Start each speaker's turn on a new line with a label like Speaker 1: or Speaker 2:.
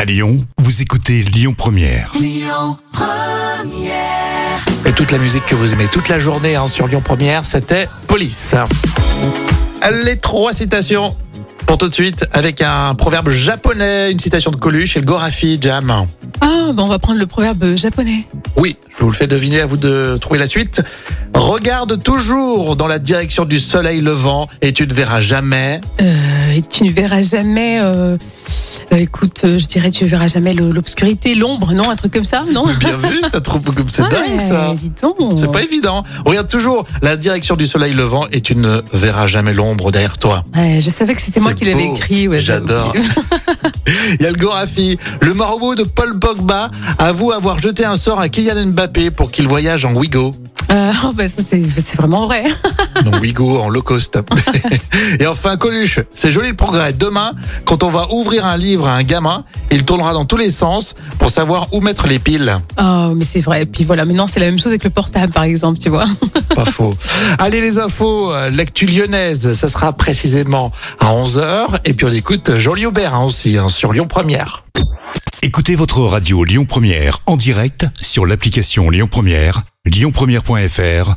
Speaker 1: À Lyon, vous écoutez Lyon Première.
Speaker 2: Et toute la musique que vous aimez toute la journée hein, sur Lyon Première, c'était Police. Les trois citations pour tout de suite avec un proverbe japonais, une citation de Coluche et le Gorafi Jam.
Speaker 3: Ah, ben on va prendre le proverbe japonais.
Speaker 2: Oui, je vous le fais deviner à vous de trouver la suite. Regarde toujours dans la direction du soleil levant et tu ne verras jamais.
Speaker 3: Euh, et tu ne verras jamais. euh, euh, écoute, euh, je dirais tu ne verras jamais le- l'obscurité, l'ombre, non, un truc comme ça, non Ah,
Speaker 2: Bien vu, t'as trouvé comme c'est
Speaker 3: Ouais,
Speaker 2: dingue ça.
Speaker 3: Dis donc.
Speaker 2: C'est pas évident. Regarde toujours la direction du soleil levant et tu ne verras jamais l'ombre derrière toi.
Speaker 3: Ouais, je savais que c'était moi
Speaker 2: C'est
Speaker 3: qui l'avais
Speaker 2: beau.
Speaker 3: écrit. ouais, bah, j'avais
Speaker 2: J'adore.
Speaker 3: oublié.
Speaker 2: Il y a le Gorafi. Le Marabout de Paul Pogba avoue avoir jeté un sort à Kylian Mbappé pour qu'il voyage en Ouigo.
Speaker 3: Euh, oh, ben, ça, c'est c'est vraiment vrai.
Speaker 2: Non, Ouigo en low cost. Et enfin, Coluche. C'est joli le progrès. Demain, quand on va ouvrir un livre à un gamin, il tournera dans tous les sens pour savoir où mettre les piles.
Speaker 3: Oh, mais c'est vrai. Et puis voilà, maintenant c'est la même chose avec le portable, par exemple, tu vois.
Speaker 2: Pas faux. Allez, les infos. euh, L'actu lyonnaise, ça sera précisément à 11h. Et puis, on écoute Jean-Louis Aubert hein, aussi hein, sur Lyon Première.
Speaker 1: Écoutez votre radio Lyon Première en direct sur l'application Lyon Première, lyonpremière.fr